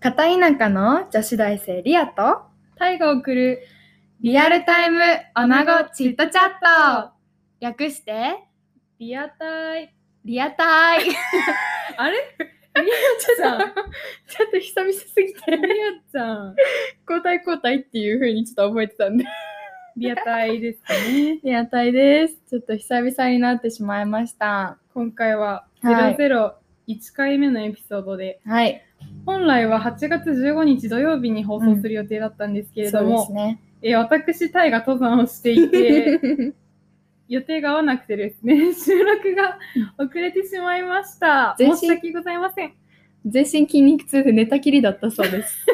片田舎の女子大生リアとタイが送るリアルタイムおなごチットチャット略してリアタイ。リアタ イあれちちゃん、リアちょっと久々すぎてちゃん。交代交代っていう風にちょっと覚えてたんでリアタイですね。リアタイですちょっと久々になってしまいました今回ははい001回目のエピソードで、はい本来は8月15日土曜日に放送する予定だったんですけれども、ねえー私、タイが登山をしていて、 予定が合わなくてで すね、収録が遅れてしまいました。全申身し訳ございません。全身筋肉痛で寝たきりだったそう です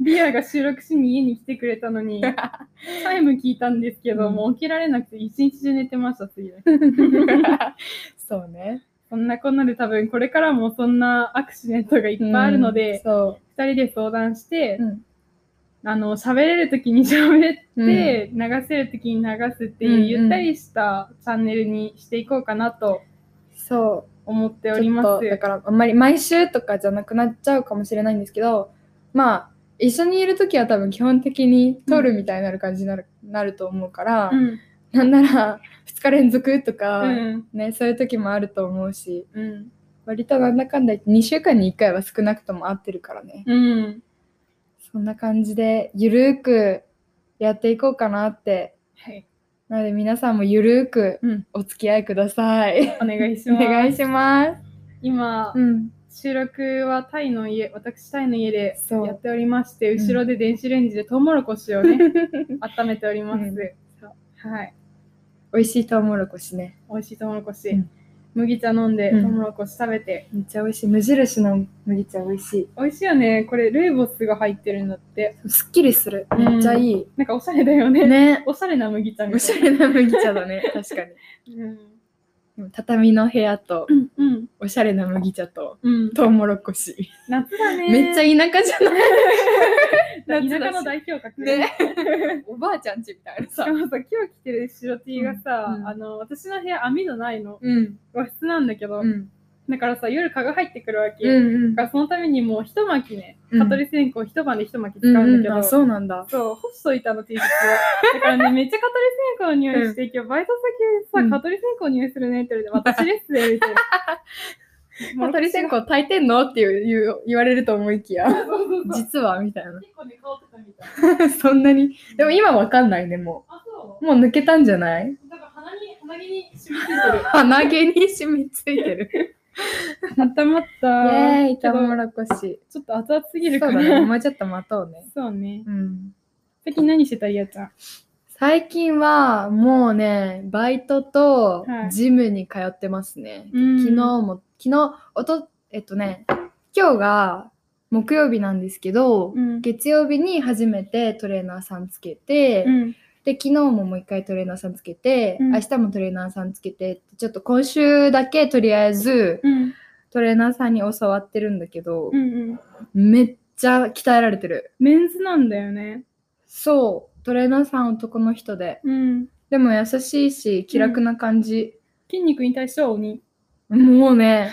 リアが収録しに家に来てくれた のに、タイム聞いたんですけど、うんもう起きられなくて一日中寝てました、次の日。そうねそんなこんなで多分これからもそんなアクシデントがいっぱいあるので、そ二人で相談してう、、うん、あの、喋れる時に 喋って、で、流せる時に流すってうんういんう、ゆったりしたチャンネルにしていこうかなとそう思っておちりょっまとす。だからあんまり毎週とかじゃなくなっちゃうかもしれないんですけどまあ一緒にいる時は多分基本的に撮るみたいになる感じになる,、なると思うから、うん。なんなら2日連続とか、うん。ね、そういう時もあると思うしうん。割となんだかんだ言って2週間に1回は少なくとも合ってるからねうん。そんな感じでゆるーくやっていこうかなってはい。なので皆さんもゆるーくうんお付き合いください、お願いし おます。願いします、今、うん、収録はタイの家、私タイの家でそうやっておりまして、うん後ろで電子レンジでトウモロコシ をね、温めております。うんはい。美味しいトウモロコシね美味しいトウモロコシ、うん麦茶飲んで、うんトウモロコシ食べてめっちゃ美味しい無印の麦茶美味しい美味しいよねこれルイボスが入ってるんだってすっきりするうんめっちゃいい、なんかおしゃれだよねねおしゃれな麦茶みおたしゃいれな麦茶だね 確かになでも畳の部屋とうんうんおしゃれな麦茶とうんトウモロコシ夏だねめっちゃ田舎じゃない田夏だし舎の代表格ね おばあちゃんちみたいなしさかもさ今日着てる白 T がさ、うんあの私の部屋網戸ないのうん和室なんだけど、うんだからさ夜蚊が入ってくるわけ、うんうんだからそのためにもう一巻きね、うん蚊取り線香一晩で一巻き使ううんんだけど、うんあそうなんだそう、干しといたの T シャツを。だからね、めっちゃ蚊取り線香の匂いして、今日バイトう先んでさ、蚊取り線香の匂いするねって言われて、私ですね、みたいな。蚊取り線香炊いてんのっていう言う言われると思いきやそうそうそう。 実はみたいな結構ね、香ってたみた い。そんなにでも今わかんないねもあ、そう。もう抜けたんじゃないうだから鼻に、鼻毛に染みついて る。鼻毛に染みついてるイ温まっエた。ーイトウモロコシちょっと熱々すぎるかそうだね。ら。もうちょっと待とうね。そうね。うん。最近何してたりやちゃん。最近は、もうね、バイトとはいジムに通ってますね。うん昨日も、昨日、おと、えっとね、今日が木曜日なんですけど、うん。月曜日に初めてトレーナーさんつけて、うん。で昨日ももう一回トレーナーさんつけて、うん明日もトレーナーさんつけてってちょっと今週だけとりあえずうん。トレーナーさんに教わってるんだけどう、ん。めっちゃ鍛えられてるメンズなんだよね。そうトレーナーさん男の人でうん。でも優しいし気楽な感じ、筋肉に対しては鬼。もう ね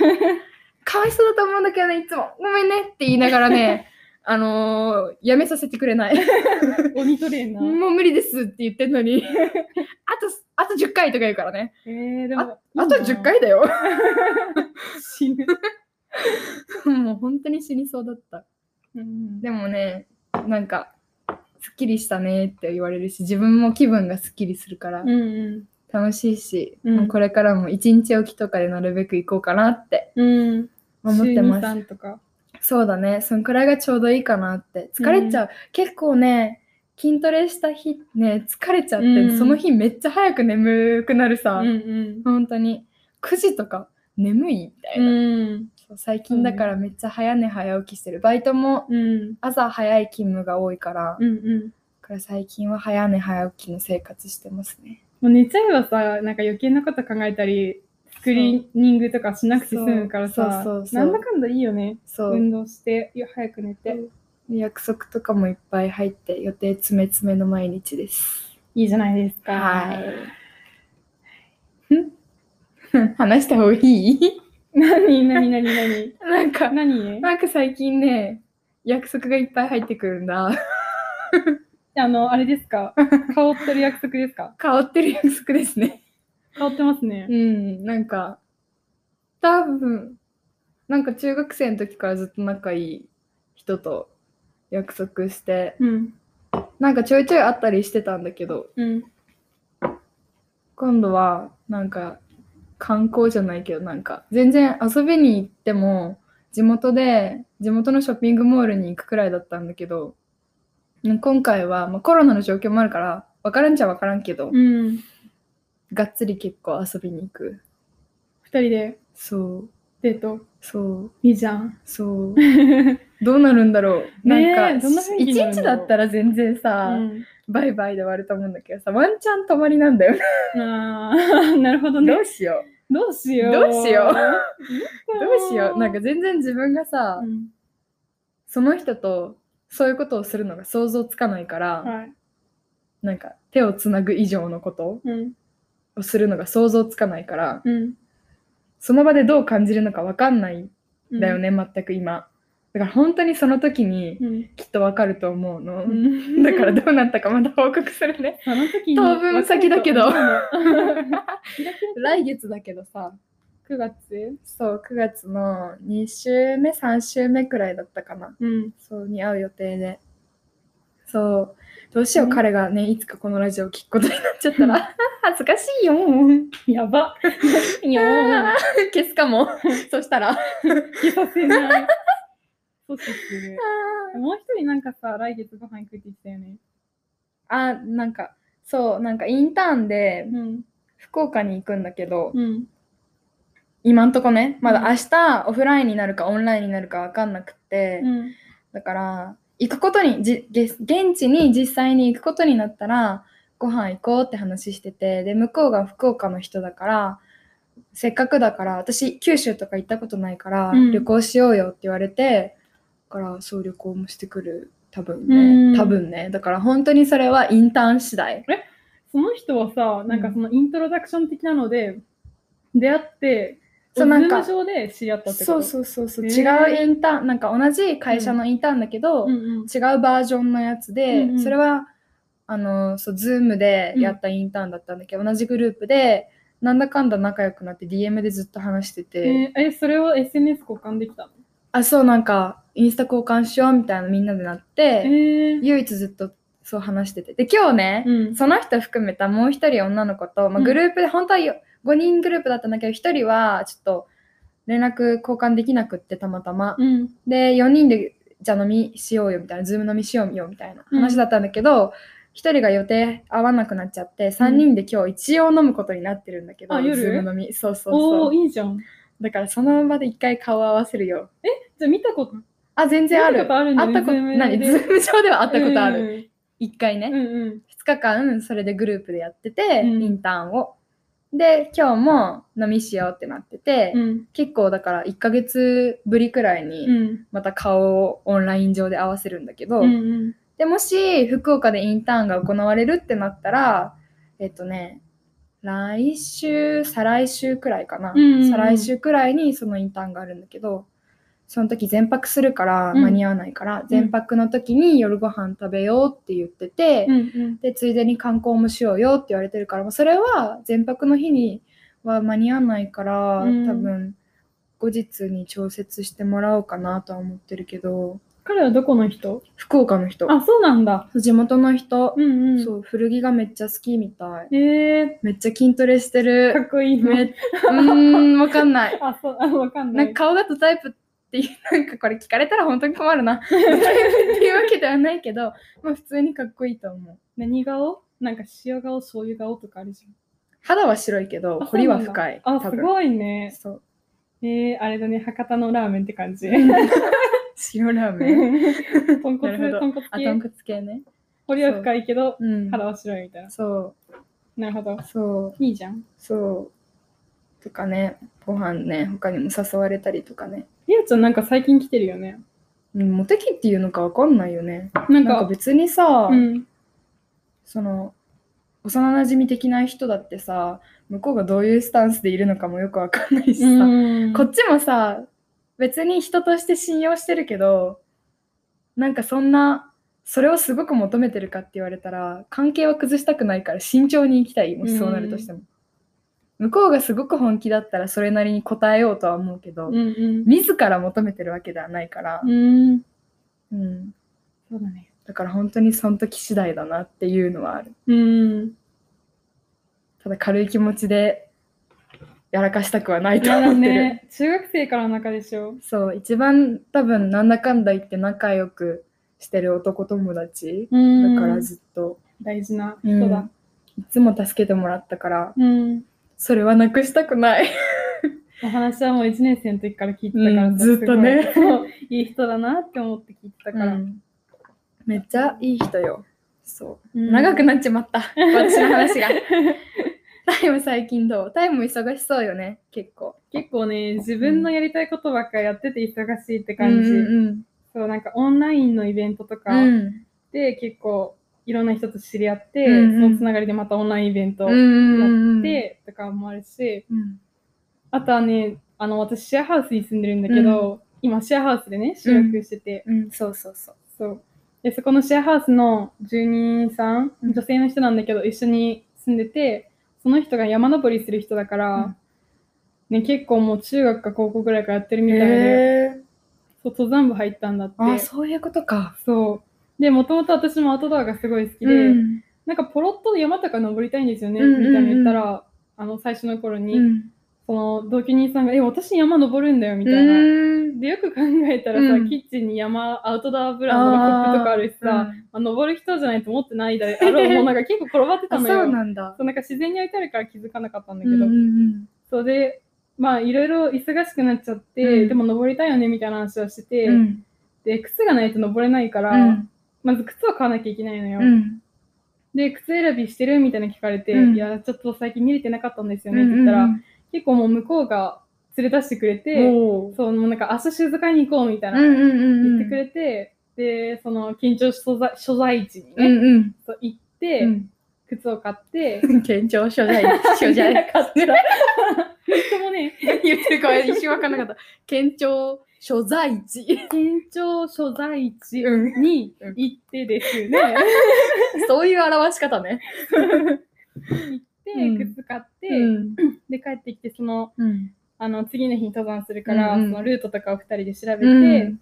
かわいそうだと思うんだけどねいつもごめんねって言いながら ねあのーやめさせてくれない鬼トレーナー。もう無理ですって言ってんの にあとあと10回とか言うからねえー、でも。あといいな10回だよ死ぬ。 もう本当に死にそうだったうんでもねなんかすっきりしたねって言われるし自分も気分がすっきりするからうんうん楽しいし、うんもうこれからも一日おきとかでなるべく行こうかなってうん、思って週二ます三とか。そうだね。そんくらいがちょうどいいかなって。疲れちゃう。結構ね、筋トレした日ね、疲れちゃって、うんその日めっちゃ早く眠くなるさ。うん本当に。9時とか眠いみたいうん。な。うん。そう最近だからめっちゃ早寝早起きしてる。バイトもうん。朝早い勤務が多いから、うんうん。だから最近は早寝早起きの生活してますね。もう寝ちゃえばさ、なんか余計なこと考えたり、スクリーニングとかしなくて済むからさ、そうそうそうそうなんだかんだいいよね。そう。運動して、いや早く寝て。約束とかもいっぱい入って、予定詰め詰めの毎日です。いいじゃないですか。はい。話した方がいい何何何何なんか、何マーク最近ね、約束がいっぱい入ってくるんだ。あの、あれですか香ってる約束ですか香ってる約束ですね。香ってますね。うん、なんか、多分、なんか中学生の時からずっと仲いい人と約束して、うん。なんかちょいちょい会ったりしてたんだけど、うん。今度はなんか観光じゃないけどなんか全然遊びに行っても地元で地元のショッピングモールに行くくらいだったんだけどうん今回は、まあ、コロナの状況もあるから分からんちゃ分からんけど、うん。がっつり結構遊びに行く二人でそうデート。そういいじゃん。そう どうなるんだろうねえなんかどんな雰囲気になるんだろ1う日だったら全然さ、うんバイバイで終わると思うんだけどさワンチャン泊まりなんだよねあーなるほどねど。うしようどうしよう。どうしようどどうしようなんか、全然自分がさ、うんその人とそういうことをするのが想像つかないから、はい。なんか手をつなぐ以上のことうん。をするのが想像つかないからうん。その場でどう感じるのかわかんないんうんだよ。ね、全く今だから本当にその時にうん。きっとわかると思うの、うんだからどうなったかまた報告する ねその時に当分先だけど別れたの 来月だけどさ9月そう9月の2週目3週目くらいだったかなうん。そうに会う予定でそうどうしよう、ね彼がねいつかこのラジオを聞くことになっちゃったら恥ずかしいよやば。いや、あー消すかも。そしたら。消させない。阻止する。もう一人なんかさ、来月ご飯行くって言ってたよね。あ、なんか、そう、なんかインターンでうん。福岡に行くんだけど、うん。今んとこね、まだうん明日オフラインになるかオンラインになるかわかんなくって、うん。だから、行くことにじ、げ現地に実際に行くことになったら、ご飯行こうって話してて、で、向こうが福岡の人だから、せっかくだから、私、九州とか行ったことないから、うん旅行しようよって言われて、だから、そう、旅行もしてくる。多分うね。ん多分ね。だから、本当にそれはインターン次第。その人はさ、なんかそのイントロダクション的なので、出会って、そうなんかズーム上で知り合ったってこそとうそうそうそう。へ違ーうインターン、なんか同じ会社のインターンだけど、うんうん。違うバージョンのやつで、うんうんそれはあのそう Zoom でやったインターンだったんだけど、同じグループでなんだかんだ仲良くなって DM でずっと話してて、えーえ、それを SNS 交換できたのあそうなんかインスタ交換しようみたいなみんなでなって、えー唯一ずっとそう話しててで今日ね、うん。その人含めたもう一人女の子と、まあ、うんグループで、本当はよ5人グループだったんだけど1人はちょっと連絡交換できなくってたまたま、うん。で4人でじゃあ飲みしようよみたいなズーム飲みしようよみたいなうん話だったんだけど、一1人が予定合わなくなっちゃって3人で今日一応飲むことになってるんだけど、あ夜ズーム飲みそうそうおそおういいじゃん。だからその場で一回顔合わせるよじゃあ見たこと見あ全然あたることあるんだ会ったこねとズームで何ズーム上では会ったことある、る。一回ね、うんうん。 2日間それでグループでやってて、うんインターンをで今日も飲みしようってなってて、うん。結構だから1ヶ月ぶりくらいにうん。また顔をオンライン上で合わせるんだけど、うんうん。でもし福岡でインターンが行われるってなったらえっとね来週再来週くらいかな、うんうんうん再来週くらいにそのインターンがあるんだけどその時全泊するからうん間に合わないから、全泊の時に夜ご飯食べようって言ってて、うんうん。でついでに観光もしようよって言われてるからもうそれは全泊の日には間に合わないから、うん多分後日に調節してもらおうかなとは思ってるけど彼はどこの人福岡の人あ、そうなんだ。地元の人、うんうん。そう古着がめっちゃ好きみたいえめっちゃ筋トレしてー、か るっこいいめね。っうーんわかんないあ、そう、あ、わかんな。ないんか顔だとタイプっていうなんかこれ聞かれたら本当に困る なタイプっていうわけではないけどまあ普通にかっこいいと思う何顔なんか塩顔、醤油顔とかあるじ肌は白いけどゃん。あ彫りは深いそうなんだ多あ、す分ごいね。そう えー、あれだね、博多のラーメンって感じ。塩ラー メンな豚るほ骨、ど豚骨あ系豚。骨系ね彫りは深いけど、うん肌は白いみたいな。そなるほどう。そういいじゃん。そうとかねご飯ね他にも誘われたりとかねりあちゃんなんか最近来てるよね。うんモテ期っていうのかわかんないよねなんなんかか、別にさ、うん。その幼馴染み的な人だってさ向こうがどういうスタンスでいるのかもよくわかんないしさ、うんこっちもさ別に人として信用してるけどなんかそんなそれをすごく求めてるかって言われたら関係は崩したくないから慎重に行きたいもしそうなるとしても、向こうがすごく本気だったらそれなりに応えようとは思うけど、うんうん自ら求めてるわけではないから、うんうんそうだねだから本当にその時次第だなっていうのはあるうんただ軽い気持ちでやらかしたくはないと嫌思だってる、ね中学生からの中でしょそう一番多分なんだかんだ言って仲良くしてる男友達うんだからずっと、大事なうん人だいつも助けてもらったからうんそれはなくしたくないお話はもう1年生の時から聞いてたから、うんずっとねすごいそういい人だなって思って聞いてただかから、ら、めっちゃいい人よそうう長くななっちま った私の話が タイム最近どうタイム忙しそうよね結構結構ね自分のやりたいことばっかやってて忙しいって感じ、うんそうなんかオンラインのイベントとかうんうんで結構いろんな人と知り合って、うんうんそのつながりでまたオンラインイベントうやっんうんうんてとかもあるしうんあとはねあの私シェアハウスに住んでるんだけど、今シェアハウスでね収録してて、うんそうそうそうそう。で、そこのシェアハウスの住人さん、うん女性の人なんだけど、一緒に住んでて、その人が山登りする人だから、うんね、結構もう中学か高校ぐらいからやってるみたいで、へえそう登山部入ったんだって。あそそういうことかうで、もともと私もアウトドアがすごい好きで、うんなんかポロッと山とか登りたいんですよね、うんうんうんみたいな言ったら、あの、最初の頃に、うんその同居人さんが、え、私山登るんだよ、みたいな。うんで、よく考えたらさ、うんキッチンに山、アウトドアブランドのコップとかあるしさ、まあ、登る人じゃないと思ってないだろうものが結構転がってたあのそよ。うなんだ。そうなんか自然に置いてあるから気づかなかったんだうけんど、うんうんそれでまあいろいろ忙しくなっちゃって、うんでも登りたいよねみたいな話をしてて、うんで靴がないと登れないから、うんまず靴を買わなきゃいけないのよ。うんで靴選びしてるみたいな聞かれて、うんいやちょっと最近見れてなかったんですようんねうって言っんたら、うん結構もう向こうが連れ出してくれて、おーそうもうなんか明日シューズ買いに行こうみたいうんなうんうんうん言ってくれて、でその緊張所在所在地にうね、んうんそう行って、靴を買ってう、ん緊張所在所見な在かった。で もね、何言ってるか一瞬分かんなかった緊張所在地県庁所在地うにうん行ってですね、そういう表し方ね行って、うん靴買って、うんで、帰ってきて、その、うんあの、次の日に登山するから、うんうんそのルートとかを二人で調べて、うん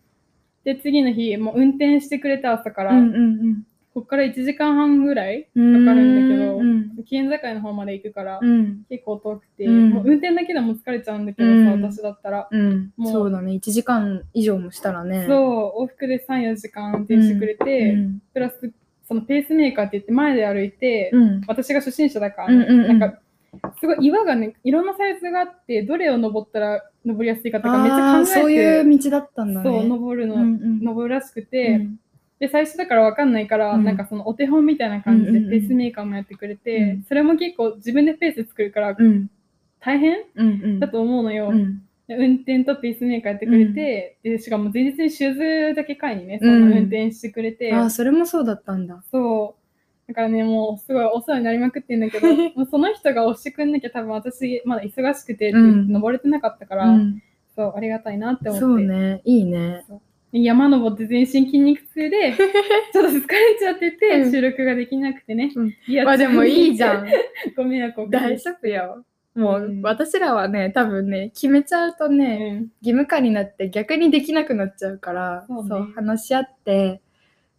で、次の日、もう運転してくれた朝から、うんこっから1時間半ぐらい、うんかるんだけどうん県境の方まで行くから、うん結構遠くて、うんもう運転だけでも疲れちゃうんだけどさ、うん私だったら。うんもうそうだね1時間以上もしたらねそう、往復で3、4時間運転してくれて、うんプラス、そのペースメーカーって言って前で歩いて、うん私が初心者だから、うんうんうんなんか、すごい岩がね、いろんなサイズがあって、どれを登ったら登りやすいかとかめっちあゃ考ーえて、そういう道だったんだねそう登るの、うんうん登るらしくうて、んで、最初だからわかんないから、うんなんかそのお手本みたいな感じでうんうんうんペースメーカーもやってくれて、うんそれも結構自分でペース作るからうん大変うんうんだと思うのよ。うんで運転とペースメーカーやってくれて、で、しかも前日にシューズだけ買いにね、その運転してくれて、あーそれもそうだったんだ。そう。だからね、もうすごいお世話になりまくってんだ けど、もうその人が押してくんなきゃ多分私、まだ忙しくて、うん登れてなかったから、うんそう、ありがたいなって思って。そうね、いいね。山登って全身筋肉 痛で、ちょっと疲れちゃってて、うん収録ができなくてね。うんいやまあでも いいじゃ。ん。 ご迷惑をおかけ大し丈夫よ。もう、うん私らはね、多分ね、決めちゃうとてね、義務化になって逆にできなくなっちゃうから、そうね話し合って、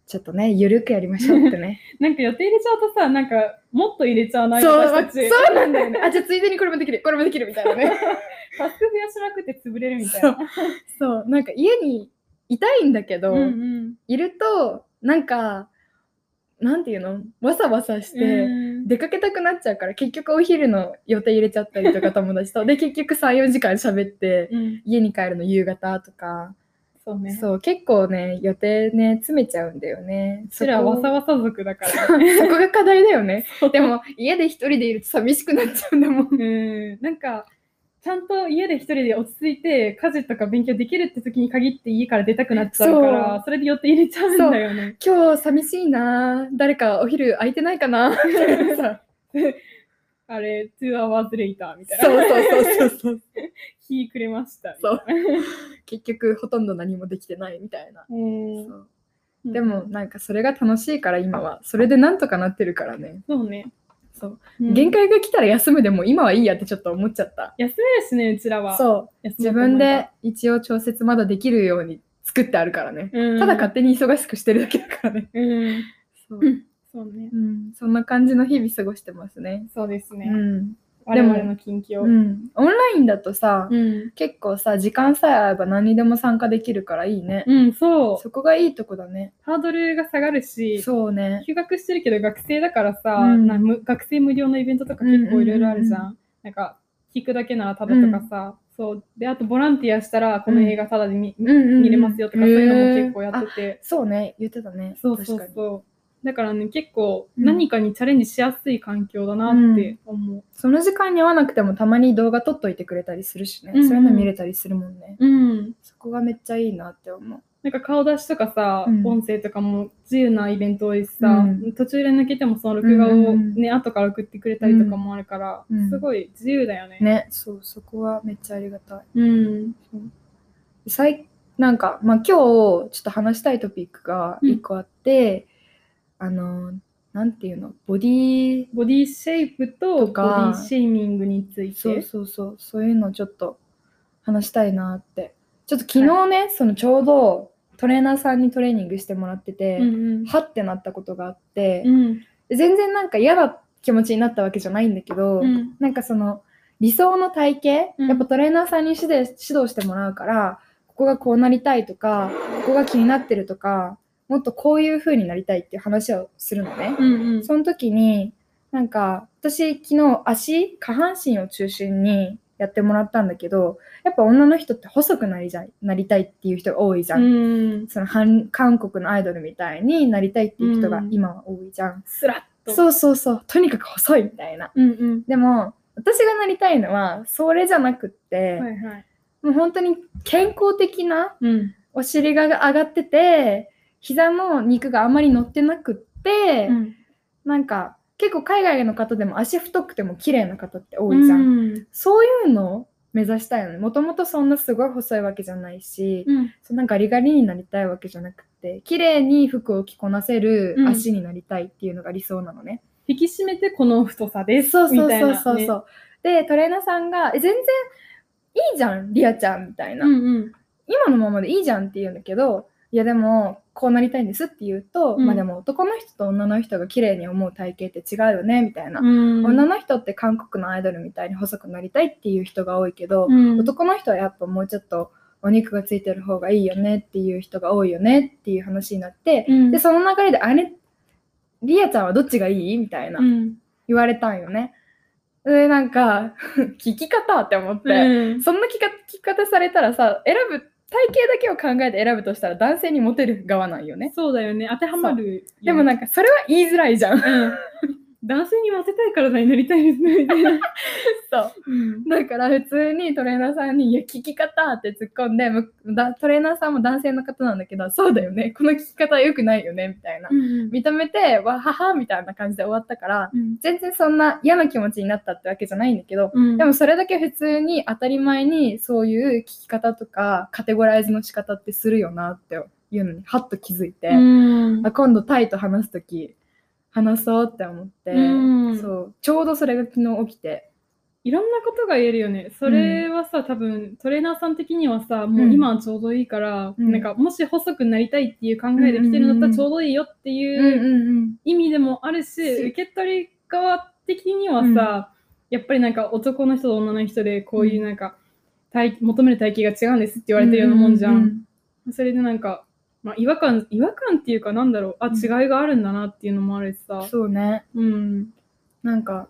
ちょっとね、ゆるくやりましょうってね。なんか予定入れちゃうとさ、なんか、もっと入れちゃわそ なう、そい私うたち。なんだよね。あ、じゃあついでにこれもできる、これもできるみたいな ね。タスク増やしまくって潰れるみたいな。そう、なんか家にいたいんだけど、うんうんいると、なんか、なんていうのわさわさして、うん出かけたくなっちゃうから結局お昼の予定入れちゃったりとか友達とで結局34時間喋ってうん。家に帰るの夕方とか、そうね。そう結構ね予定ね詰めちゃうんだよねうちらはわさ わわさ族だから。そこが課題だよねでも家で一人でいると寂しくなっちゃうんだもんうん、なんか、ちゃんと家で一人で落ち着いて、家事とか勉強できるって時に限って家から出たくなっちゃうから、それで予定入れちゃうんだよね。今日寂しいな誰かお昼空いてないかなみたいなさあれ、2 hours later みたいな。 そうそうそうそう。日暮れました。そう 結局ほとんど何もできてないみたいな。うんそうでも、なんかそれが楽しいから今はそれでなんとかなってるからね。そうね。そう、うん限界が来たら休むでも今はいいやってちょっと思っちゃった。休めるしね、うちらは。そう休自もうと思分えばで一応調節まだできるように作ってあるからね。うん、ただ勝手に忙しくしてるだけだからね。うん。そううんそうね。うん、そんな感じの日々過ごしてますね。そうですね。うん我々の近況。う。ん、オンラインだとさ、うん。結構さ時間さえ合えば何にでも参加できるからいいね、うん、そう。そこがいいとこだねハードルが下がるし、そうね休学してるけど学生だからさ、うんなむ学生無料のイベントとか結構いろいろあるじゃん。うんなんか、聞くだけならタダとかさ、そう。で、あとボランティアしたらこの映画タダで見,、見見れますよとか、そういうのも結構やってて。そうね言ってたねそうそう確かにそう。だからね、結構うん何かにチャレンジしやすい環境だなって思う。その時間に合わなくてもたまに動画撮っといてくれたりするしね、うんうんそういうの見れたりするもんねうん。そこがめっちゃいいなって思うなんか顔出しとかさ、うん音声とかも自由なイベント多いしさ、うん途中で抜けてもその録画をうんね、後から送ってくれたりとかもあるから、うんすごい自由だよね。ねそうそこはめっちゃありがたうん。い最なんか、まあ、今日ちょっと話したいトピックが一個あって、あのなんていうのボディーボディシェイプととボデかィシェイミングについて。そうそうそうそういうのちょっと話したいなってちょっと昨日ね、そのちょうどトレーナーさんにトレーニングしてもらってて、うんはってなったことがあってう、ん。全然なんか嫌な気持ちになったわけじゃないんだけど、うん。なんかその理想の体型、うんやっぱトレーナーさんに指で指導してもらうからここがこうなりたいとかここが気になってるとかもっとこういう風になりたいっていう話をするのね。うん。うん。その時に、なんか、私、昨日足、下半身を中心にやってもらったんだけど、やっぱ女の人って細くなりじゃなりたいっていう人が多いじゃん。うん。その韓韓国のアイドルみたいになりたいっていう人うがん今は多いじゃん。スラッと。う。そうそうそう、とにかく細いみたいな。うんうん。でも、私がなりたいのは、それじゃなくって、はいはい。もう本当に健康的なうん。お尻が上がってて、膝の肉があまり乗ってなくって、うん。なんか結構海外の方でも足太くても綺麗な方って多いじゃん、うん。そういうのを目指したいのねもともとそんなすごい細いわけじゃないし、うん。そんなガリガリになりたいわけじゃなくて綺麗に服を着こなせるうん足になりたいっていうのが理想なのね、引き締めてこの太さです。そうそうみたいそうなそうねそうでトレーナーさんが「え全然いいじゃんリアちゃん」みたいな、うんうん。今のままでいいじゃんって言うんだけどいやでもこうなりたいんですって言うと、うんまあでも男の人と女の人が綺麗に思う体型って違うよねみたいな、うん女の人って韓国のアイドルみたいに細くなりたいっていう人が多いけど、うん男の人はやっぱもうちょっとお肉がついてる方がいいよねっていう人が多いよねっていう話になって、うんでその流れで「あれリアちゃんはどっちがいい?」みたいなうん言われたんよね。でなんか 聞き方って思って、うんそんな聞か聞き方されたらさ選ぶ体型だけを考えて選ぶとしたら男性にモテる側なんよね。そうだよね。当てはまるよね。でもなんかそれは言いづらいじゃ ん。うん、男性にモテたい体になりたいですね、みたいな。そううん だから普通にトレーナーさんに「いや聞き方」って突っ込んでむだトレーナーさんも男性の方なんだけど「そうだよねこの聞き方良くないよね」みたいなうん認めて「わはは」みたいな感じで終わったからうん全然そんな嫌な気持ちになったってわけじゃないんだけどうんでもそれだけ普通に当たり前にそういう聞き方とかカテゴライズの仕方ってするよなっていうのにハッと気づいて、うんあ今度タイと話す時話そうって思って、うんそうちょうどそれが昨日起きて。いろんなことが言えるよね。それはさ、多分トレーナーさん的にはさ、もううん今はちょうどいいから、うんなんかもし細くなりたいっていう考えで来てるうんんだったうんうんらちょうどいいよってういううん意味でもあるし、し受け取り側的にはさ、やっぱりなんか男の人と女の人でこういうなんか、体求める体型が違うんですって言われてるようなもんじゃうんううそれでなんか、まあ、違和感違和感っていうかなんだろうあうん違いがあるんだなっていうのもあるしうんさそうねうんなんか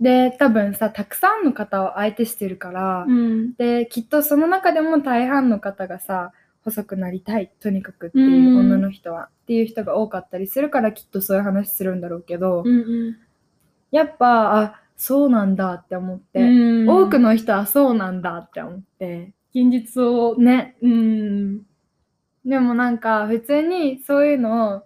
で多分さたくさんの方を相手してるから、うんできっとその中でも大半の方がさ細くなりたいとにかくっていう、うん女の人はっていう人が多かったりするからきっとそういう話するんだろうけど、うんやっぱあそうなんだって思って、うん多くの人はそうなんだって思って現実をねうんでもなんか普通にそういうのを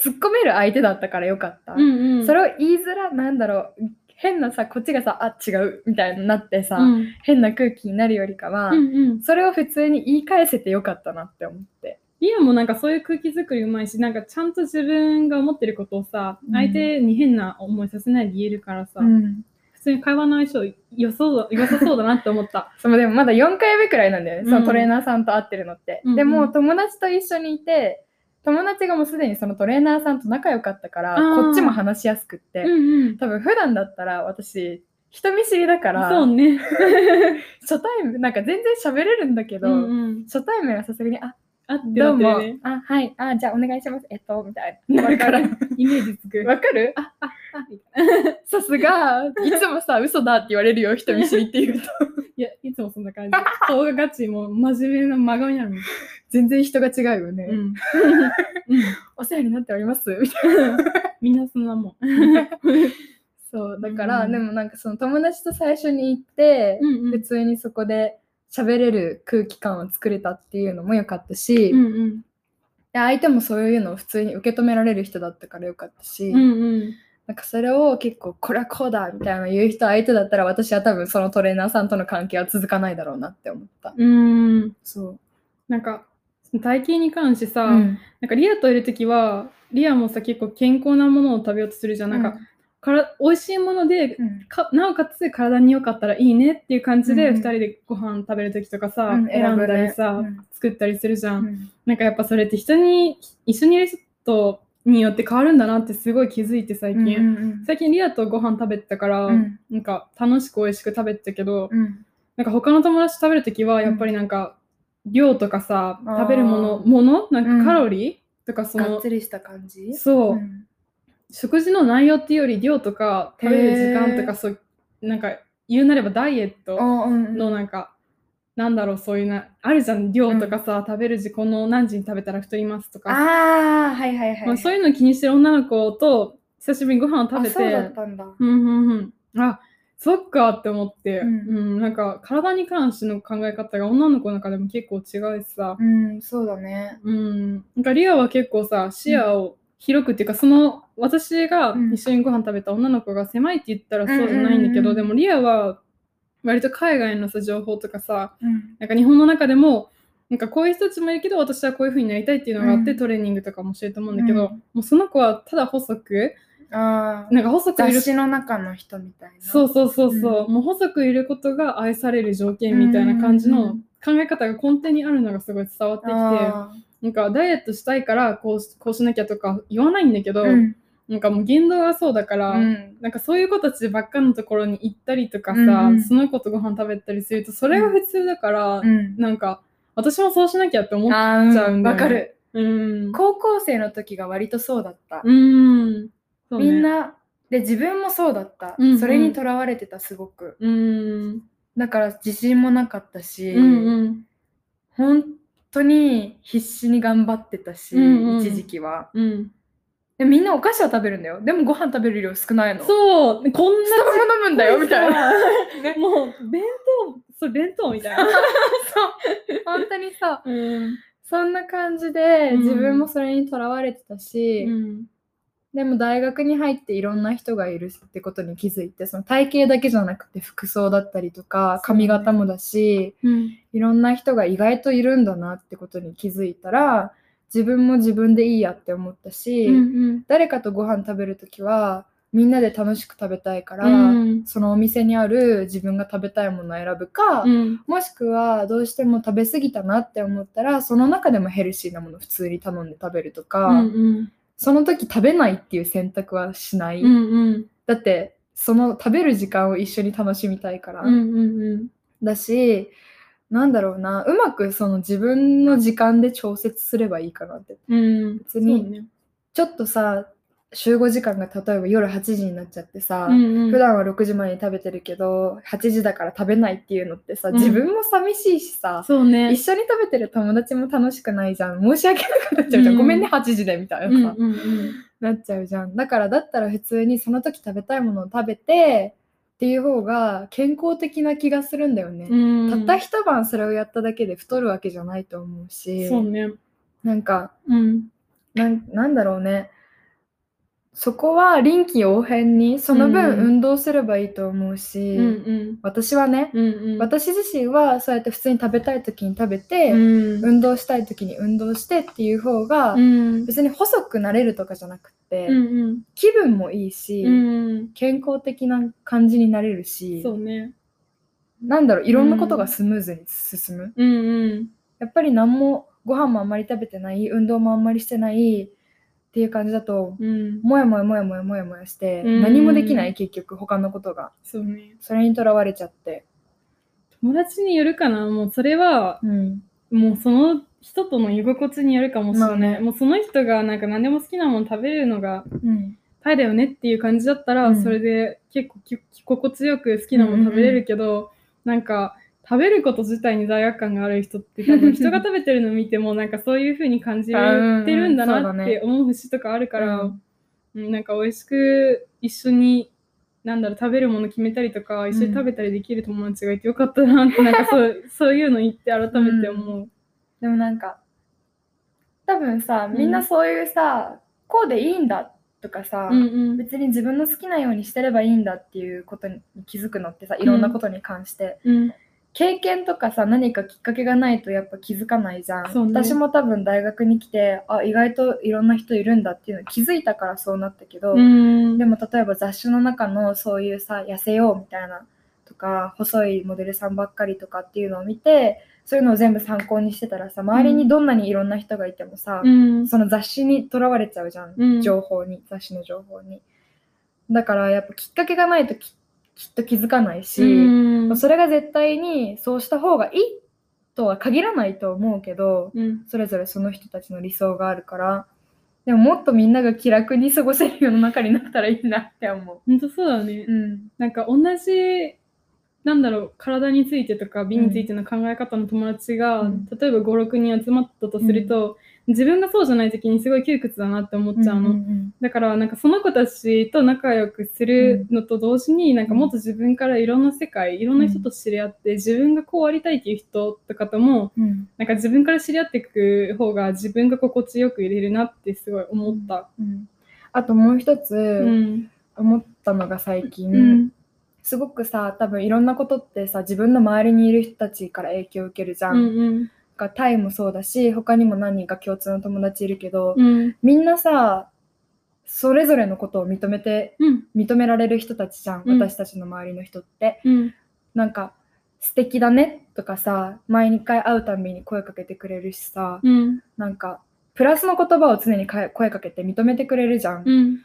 突っ込める相手だったからよかった、うんうん、それれを言いづらなんだろう変なさこっちがさあ違うみたいになってさ、うんうん変な空気になるよりかは、うん、それを普通に言い返せてよかったなって思って。リアもなんかそういう空気作りうまいしなんかちゃんと自分が思ってることをさ、うん相手に変な思いさせないで言えるからさ、ん、普通に会話の相性良そう良さそうだなって思った。そうでもまだ4回目くらいなんだよね、うんそのトレーナーさんと会ってるのって。うんうんでも友達と一緒にいて友達がもうすでにそのトレーナーさんと仲良かったからあーこっちも話しやすくって、んうん、多分普段だったら私人見知りだからそうね。 初対面なんか全然喋れるんだけど、うんうん、初対面はさすがに「ああってどなうっても、るね。あはいあじゃあお願いしますえっと」みたいななるからわイメージつく。わかるあああみたいさす が、いつもさ、嘘だって言われるよ、人見知りって言うと。ないやいつもそんな感じ。顔がガチもう真面目な真顔になるもん。全然人が違うよね。うんお世話になっております。みたいうん、みんなそんなもん。なそう、だから、うんでもなんかその友達と最初に行って、うんう普ん通にそこで喋れる空気感を作れたっていうのも良かったし、うでんうん相手もそういうのを普通に受け止められる人だったから良かったし、うんうんなんかそれを結構、これはこうだみたいなの言う人相手だったら、私は多分そのトレーナーさんとの関係は続かないだろうなって思った。うんそう。なんか体型に関してさ、うんなんかリアといる時はリアもさ結構健康なものを食べようとするじゃん、なんかから美味しいものでうんかなおかつ体に良かったらいいねっていう感じでうん2人でご飯食べる時とかさ、うん選んだりさ、うん作ったりするじゃん、うんなんかやっぱそれって人に一緒にいる人とによって変わるんだなってすごい気づいて最近、うんうん最近リアとご飯食べてたから、うんなんか楽しく美味しく食べてたけど、うんなんか他の友達と食べるときはやっぱりなんか量とかさ、食べるものものなんかカロリー、とかそがっのつりした感じそう、うん食事の内容っていうより量とか食べる時間とへーかそうなんか言うなればダイエッあトーうんのなんか、なんだろうそういうなあるじゃん量とかさ、食べる時この何時に食べたら太りますとか、あーはいはいはい、まあ、そういうの気にしてる女の子と久しぶりにご飯を食べあそうだてったんだうんうんうん。あそっかって思って、ううんんなんか体に関しての考え方が女の子の中でも結構違うしさ、うんそうだねうん、なんかリアは結構さ視野を広くっていうかその私がうん一緒にご飯食べた女の子が狭いって言ったらそうじゃないんだけど、うんうんうんでもリアは割と海外のさ情報とかさうんなんか日本の中でもなんかこういう人たちもいるけど私はこういう風になりたいっていうのがあって、うんトレーニングとかもしてると思うんだけど、うんもうその子はただ細くあーなんか細くい雑る誌の中の人みたいなそうそうそうそう、もう細くいることが愛される条件みたいな感じうんうんうのん考え方が根底にあるのがすごい伝わってきてあなんかダイエットしたいからこうしこうしなきゃとか言わないんだけど、ーうんなんかもう言動がそうだから、うんなんかそういう子たちばっかのところに行ったりとかさ、うんうんその子とご飯食べたりするとそれが普通だから、うんなんか私もそうしなきゃって思っあちゃーううんんだわよねかるうん、高校生の時が割とそうだった、うんそうねみんなで自分もそうだった、うんうんそれにとらわれてたすごくうんだから自信もなかったし、うんうん本当に必死に頑張ってたし、うんうん一時期はうんでみんなお菓子は食べるんだよでもご飯食べる量少ないのうそうこんなスタバも飲むんだよみたいなねもう弁当そう弁当みたいな、本当にさうんそんな感じでうん自分もそれにとらわれてたし、うんでも大学に入っていろんな人がいるってことに気づいてその体型だけじゃなくて服装だったりとかそう髪ね型もだし、うんいろんな人が意外といるんだなってことに気づいたら自分も自分でいいやって思ったし、うん誰かとご飯食べるときはみんなで楽しく食べたいから、うんそのお店にある自分が食べたいものを選ぶか、うんもしくはどうしても食べ過ぎたなって思ったらその中でもヘルシーなもの普通に頼んで食べるとか、うんその時食べないっていう選択はしない、うんうんだってその食べる時間を一緒に楽しみたいから、うんだしなんだろうなうまくその自分の時間で調節すればいいかなってうん別にちょっとさ集合時間が例えば夜8時になっちゃってさ、普普段は6時前に食べてるけど8時だから食べないっていうのってさうん自分も寂しいしさ、そうね一緒に食べてる友達も楽しくないじゃん申し訳なくなっちゃうじゃん、うんごめんね8時でみたいうんなさ、うんうんなっちゃうじゃんだからだったら普通にその時食べたいものを食べてっていう方が健康的な気がするんだよね、うんたった一晩それをやっただけで太るわけじゃないと思うしそうねなんかうんなんなんだろうねそこは臨機応変にその分うん運動すればいいと思うし、うん私はね、うんうん私自身はそうやって普通に食べたい時に食べて、うん運動したい時に運動してっていう方が、うん別に細くなれるとかじゃなくって、うん気分もいいし、うん健康的な感じになれるしそうねなんだろういろんなことがスムーズに進む、うんうんやっぱり何もご飯もあんまり食べてない運動もあんまりしてないっていう感じだとうんもやもやもやもやもやもやして、うん何もできない結局他のことがそうねそれにとらわれちゃって、友達によるかなもうそれはうん、もうその人との居心地によるかもしれない、まあねもうその人がなんか何でも好きなもの食べるのがうん、タイだよねっていう感じだったら、うんそれで結構き着心地よく好きなもの食べれるけど、なんか食べること自体に罪悪感がある人って多分人が食べてるの見てもなんかそういう風に感じてるんだあうんなうんそうっだねて思う節とかあるから、うんうんなんか美味しく一緒になんだろう食べるもの決めたりとか一緒に食べたりできる友達がいてよかったなって、なんかそうそういうの言って改めて思う。でもなんか多分さんみんなそういうさ、こうでいいんだとかさ、うんうん別に自分の好きなようにしてればいいんだっていうことに気づくのってさいろんなことに関して、うん経験とかさ何かきっかけがないとやっぱ気づかないじゃん、そうね私も多分大学に来てあ意外といろんな人いるんだっていうの気づいたからそうなったけど、うんでも例えば雑誌の中のそういうさ痩せようみたいなとか細いモデルさんばっかりとかっていうのを見てそういうのを全部参考にしてたらさ周りにどんなにいろんな人がいてもさ、うんその雑誌にとらわれちゃうじゃん、うん情報に雑誌の情報にだからやっぱきっかけがないとききっと気づかないし、うんそれが絶対にそうした方がいいとは限らないと思うけどうんそれぞれその人たちの理想があるからでももっとみんなが気楽に過ごせる世の中になったらいいなって思本当そうだねう。、うん、なんか同じなんだろう体についてとか美についての考え方の友達が、うん例えば56人集まったとすると、自分がそうじゃない時にすごい窮屈だなって思っちゃうの、うんだからなんかその子たちと仲良くするのと同時に、なんかもっと自分からいろんな世界いろんな人と知り合って、自分がこうありたいっていう人とかともうんうんなんか自分から知り合っていく方が自分が心地よくいれるなってすごい思った。うんあともう一つん思ったのが最近、うんすごくさ多分いろんなことってさ自分の周りにいる人たちから影響を受けるじゃ、うんんがタイもそうだし他にも何人か共通の友達いるけど、うんみんなさそれぞれのことを認めてうん認められる人たちじゃん、うん私たちの周りの人ってうんなんか素敵だねとかさ毎回会うたびに声かけてくれるしさうんなんかプラスの言葉を常にかえ声かけて認めてくれるじゃん、うん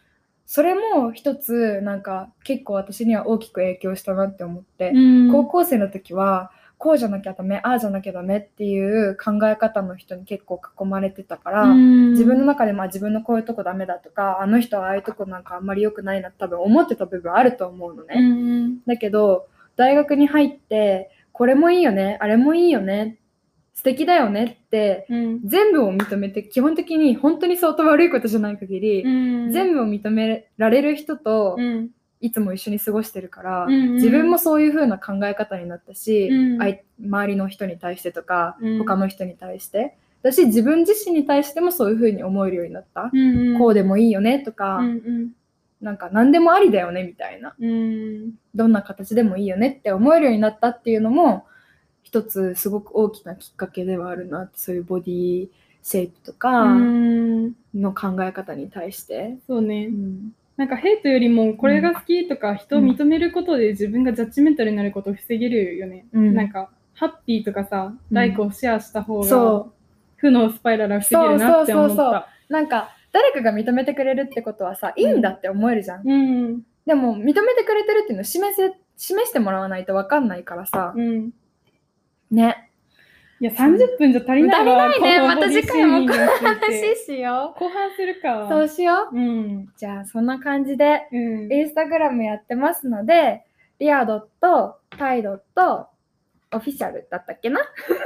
それも一つなんか結構私には大きく影響したなって思って、うん高校生の時はこうじゃなきゃダメああじゃなきゃダメっていう考え方の人に結構囲まれてたから、うん自分の中でまあ自分のこういうとこダメだとかあの人はああいうとこなんかあんまり良くないなって多分思ってた部分あると思うのね、うんだけど大学に入ってこれもいいよねあれもいいよね素敵だよねってうん全部を認めて基本的に本当に相当悪いことじゃない限り、うん全部を認められる人とうんいつも一緒に過ごしてるから、うん自分もそういう風な考え方になったし、うんあい周りの人に対してとか、うん他の人に対してだし自分自身に対してもそういう風に思えるようになった、うんこうでもいいよねとか、うんなんか何でもありだよねみたいなうんうんどんな形でもいいよねって思えるようになったっていうのも一つすごく大きなきっかけではあるなってそういうボディシェイプとかうんの考え方に対して。そうねうんなんかヘイトよりもこれが好きとか人を認めることで自分がジャッジメンタルになることを防げるよねうんなんかハッピーとかうさんライクをシェアした方がそ負のスパイラルは防げるなって思っそうそうそうたうなんか誰かが認めてくれるってことはさいいんだって思えるじゃん、うんでも認めてくれてるっていうのを示せ示してもらわないと分かんないからさうんねいや30分じゃ足りないわ足りないねこのまた次回もボディシェーミングについて話しよ後半するかうそうしよううんじゃあそんな感じでうんインスタグラムやってますので、リアドット、タイドット、オフィシャルだったっけな、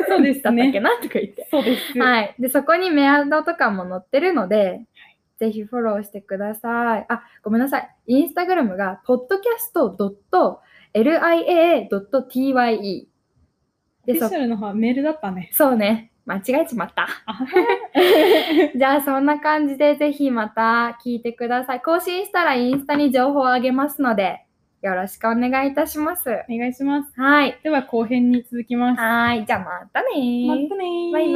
そうですだったっけね。なとか言って。そうです。はい。で、そこにメアドとかも載ってるので、ぜひフォローしてください。あ、ごめんなさい。インスタグラムが、podcast.lia.tye。オで、フィそシャルの方はメールだったね。そうね。間違えちま った。じゃあそんな感じでぜひまた聞いてください。更新したらインスタに情報をあげますので、よろしくお願いいたします。お願いします。はい。では後編に続きます。はい。じゃあまたねーまたねーバイバイ